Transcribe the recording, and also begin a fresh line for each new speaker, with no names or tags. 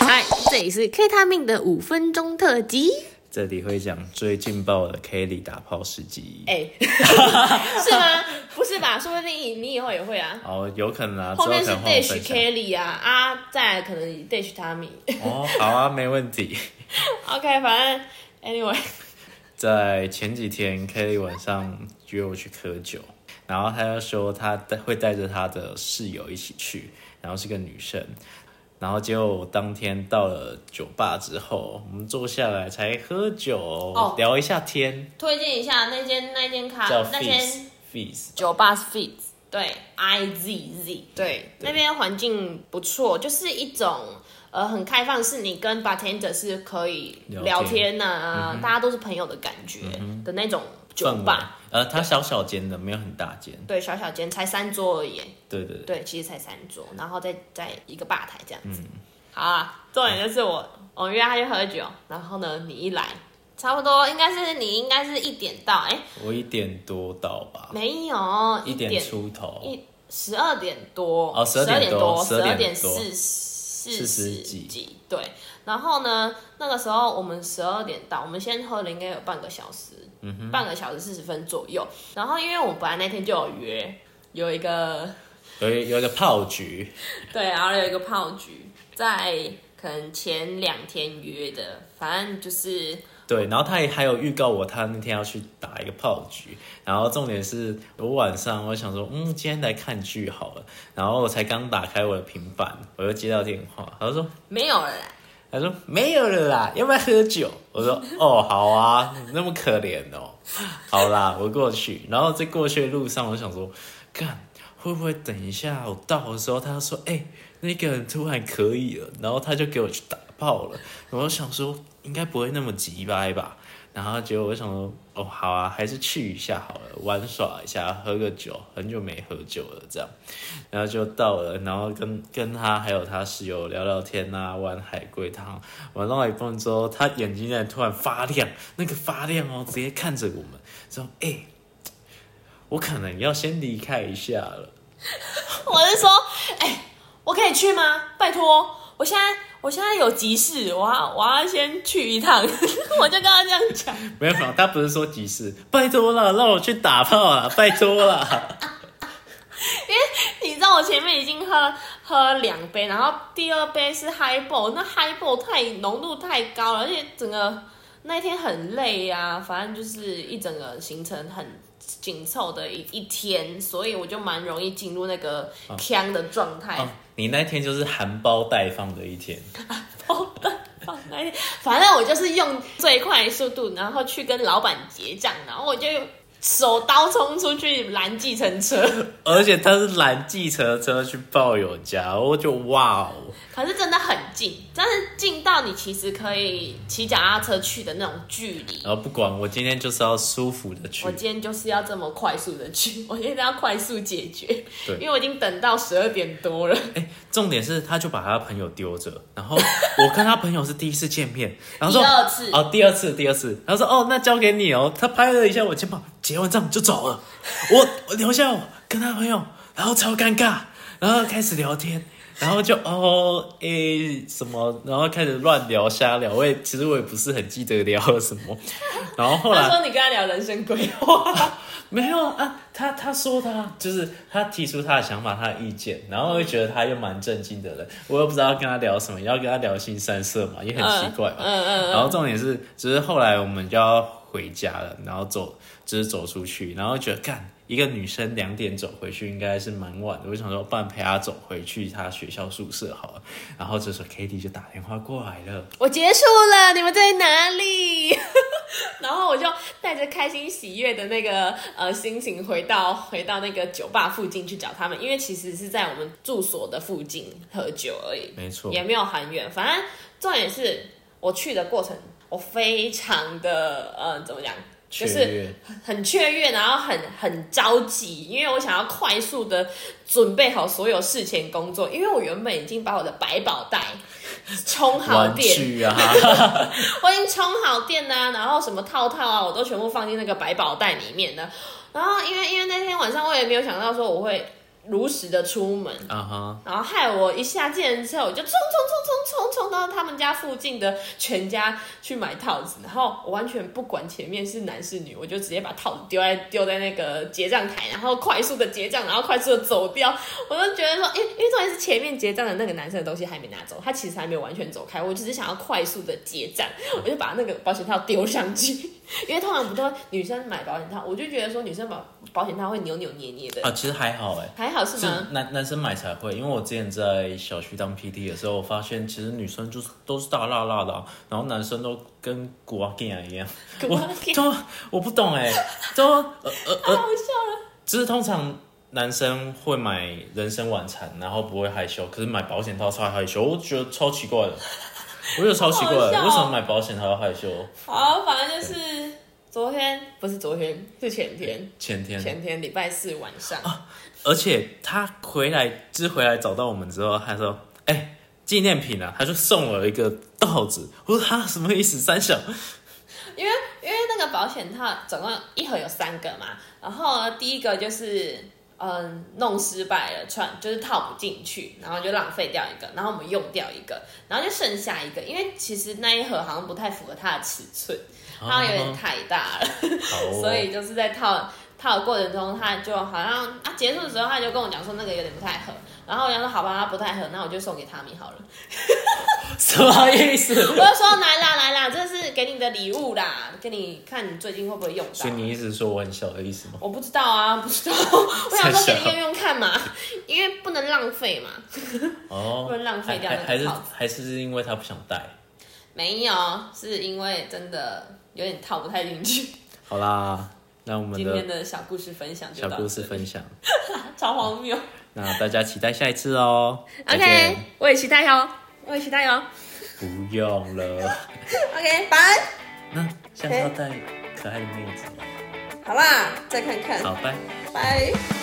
哎里是 K 他命的五分钟特辑。
这里会讲最劲爆的 Kelly 打炮事迹。
哎、是吗？不是吧？说不定你以后也会啊。
哦，有可能啊，之
后
后可
面是
能会有
Dash
分享。
Kelly 啊，啊，再来可能 Dash Tommy。
哦，好啊，没问题。
OK，反正 anyway，
在前几天，Kelly 晚上约我去喝酒，然后她就说她带会带着她的室友一起去，然后是个女生。然后结果我当天到了酒吧之后，我们坐下来才喝酒、
哦
聊一下天，
推荐一下那间那间咖
叫
那
Fizz
间
Fizz。
酒吧 Fit，对，I Z Z，对，那边环境不错，就是一种。呃，很开放式，你跟 bartender 是可以
聊
聊天嗯
天
呐、大家都是朋友的感觉的那种酒
氛围
吧。，
呃，它小小间的，没有很大间。
对，小小间才三桌而已。
对对对，
对，其实才三桌，然后再再一个吧台这样子。好啊，重点就是我我约他去喝酒，然后呢，你一来，差不多应该是你应该是一点到，哎、
我一点多到吧，
没有
一点
点
出头，
一十二点多
哦
12
12点
多
多
十二
12
点
点
四
多
四
40几
几对，然后呢，那个时候我们十二点到，我们先喝了应该有半个小时，半个小时四十分左右。然后因为我本来那天就有约，有一个
有一有一个炮局，
对，然后有一个炮局，在可能前两天约的，反正就是
对，然后他也还有预告我，他那天要去打一个炮局，然后重点是我晚上我想说，嗯，今天来看剧好了，然后我才刚打开我的平板，我就接到电话，他说
没有了啦。
他说没有了啦，要不要喝酒？我说哦，好啊，你那么可怜哦，好啦，我过去。然后在过去的路上，我想说，干会不会等一下我到的时候，他说，哎、那个人突然可以了，然后他就给我去打炮了。我想说，应该不会那么急掰吧。然后结果我想说，哦，好啊，还是去一下好了，玩耍一下，喝个酒，很久没喝酒了，这样。然后就到了，然后跟跟他还有他室友聊聊天啊，玩海龟汤，玩到一半之后，他眼睛在突然发亮，那个发亮哦，直接看着我们说：“哎、我可能要先离开一下了。
我是说，哎、我可以去吗？拜托，我现在我现在有急事，我要我要先去一趟。 我就跟他这样讲，”
没有，他不是说急事，拜托啦，让我去打炮啦，拜托啦。
你知道我前面已经喝喝两杯，然后第二杯是 highball，那 highball 太浓度太高了，而且整个那一天很累呀、反正就是一整个行程很紧凑的一一天，所以我就蛮容易进入那个呛的状态。
哦，你那天就是含苞待放的一天，
反正我就是用最快速度，然后去跟老板结账，然后我就手刀冲出去拦计程车。
而且他是拦计程车去抱友家，我就哇哦。
可是真的很近，但是近到你其实可以骑脚踏车去的那种距离。
然后不管我今天就是要舒服的呃去
我，今天就是要这么快速的去， 我现在要快速解决，
对哎
因为我已经等到十二点多了。
重点是，他就把他朋友丢着，然后我跟他朋友是第一次见面，然后说
第二次
哦，第二次，第二次，他说哦，那交给你哦，他拍了一下我肩膀，结完账就走了，我我留下我跟他朋友，然后超尴尬，然后开始聊天。然后就哦诶、什么，然后开始乱聊瞎聊，我也其实我也不是很记得聊了什么。然后后来
他说你跟他聊人生规 划，
没有啊，他他说他就是他提出他的想法，他的意见，然后会觉得他又蛮震惊的人，我又不知道跟他聊什么，要跟他聊新三色嘛，也很奇怪嘛。
嗯嗯
然后重点是，只是后来我们就要回家了，然后走，就是走出去，然后觉得干一个女生两点走回去应该是蛮晚的，我想说，不然陪她走回去她学校宿舍好了。然后这时候 k a t i e 就打电话过来了，
我结束了，你们在哪里？ 然后我就带着开心喜悦的那个呃心情回到回到那个酒吧附近去找他们，因为其实是在我们住所的附近喝酒而已。
没错，
也没有很远，反正重点是我去的过程，我非常的呃，怎么讲，就
雀
是
跃，
很雀跃，然后很很着急，因为我想要快速的准备好所有事前工作，因为我原本已经把我的百宝袋充好
玩
电，
具啊，
我已经充好电呐、然后什么套套啊，我都全部放进那个百宝袋里面的。然后因为因为那天晚上我也没有想到说我会如实的出门，
啊哈，
然后害我一下计程车，我就冲冲冲冲冲冲到他们家附近的全家去买套子，然后我完全不管前面是男是女，我就直接把套子丢在丢在那个结账台，然后快速的结账，然后快速的走掉。我就觉得说，因为因为重点是前面结账的那个男生的东西还没拿走，他其实还没有完全走开，我只是想要快速的结账，我就把那个保险套丢上去，因为通常不都女生买保险套，我就觉得说女生保保险套会扭扭捏捏的，
啊，其实还好哎、
还好是
是
吗？
男男生买才会，因为我之前在小区当 PT 的时候，我发现其实女生就是都是大辣辣的啊、然后男生都跟古阿健 一样，
可
我
怕
都我不懂哎、都呃呃
太好笑了。
只是通常男生会买人参晚餐，然后不会害羞，可是买保险套超害羞，我觉得超奇怪的，我觉得超奇怪 的，
好好笑哦
为什么买保险套要害羞？
好，反正就是昨天，不是昨天，是前天，
前天，
前天礼拜四晚上，
而且他回来，就是回来找到我们之后，他说：“哎、纪念品啊！”他就送我一个稻子。我说：“他什么意思？三小
因为因为那个保险套总共一盒有三个嘛，然后呢第一个就是。嗯，弄失败了，穿就是套不进去，然后就浪费掉一个，然后我们用掉一个，然后就剩下一个，因为其实那一盒好像不太符合它的尺寸，它有点太大了。
好、哦，
所以就是在套套的过程中，他就好像啊结束的时候，他就跟我讲说那个有点不太合，然后我想说好吧，他不太合，那我就送给他米好了。
什么意
我
思？
就说来啦来啦，这是给你的礼物啦，给你看你最近会不会用到
所以。你意思是说我很小的意思吗？
我不知道啊，不 知道，我想说给你用用看嘛，因为不能浪费嘛，
哦，
不能浪费掉
还
那个
还还是
套子
还是是因为他不想戴。
没有，是因为真的有点套不太进去。
好啦，那我们
今天
的
的小故事分享就
小
到
故事分享，
超荒谬。
那大家期待下一次哦。再
OK，
见
我也期待哟，我也期待哟。
不用了。
OK，拜。
那下次要戴可爱的面子。
好啦，再看看，
好，拜。
拜。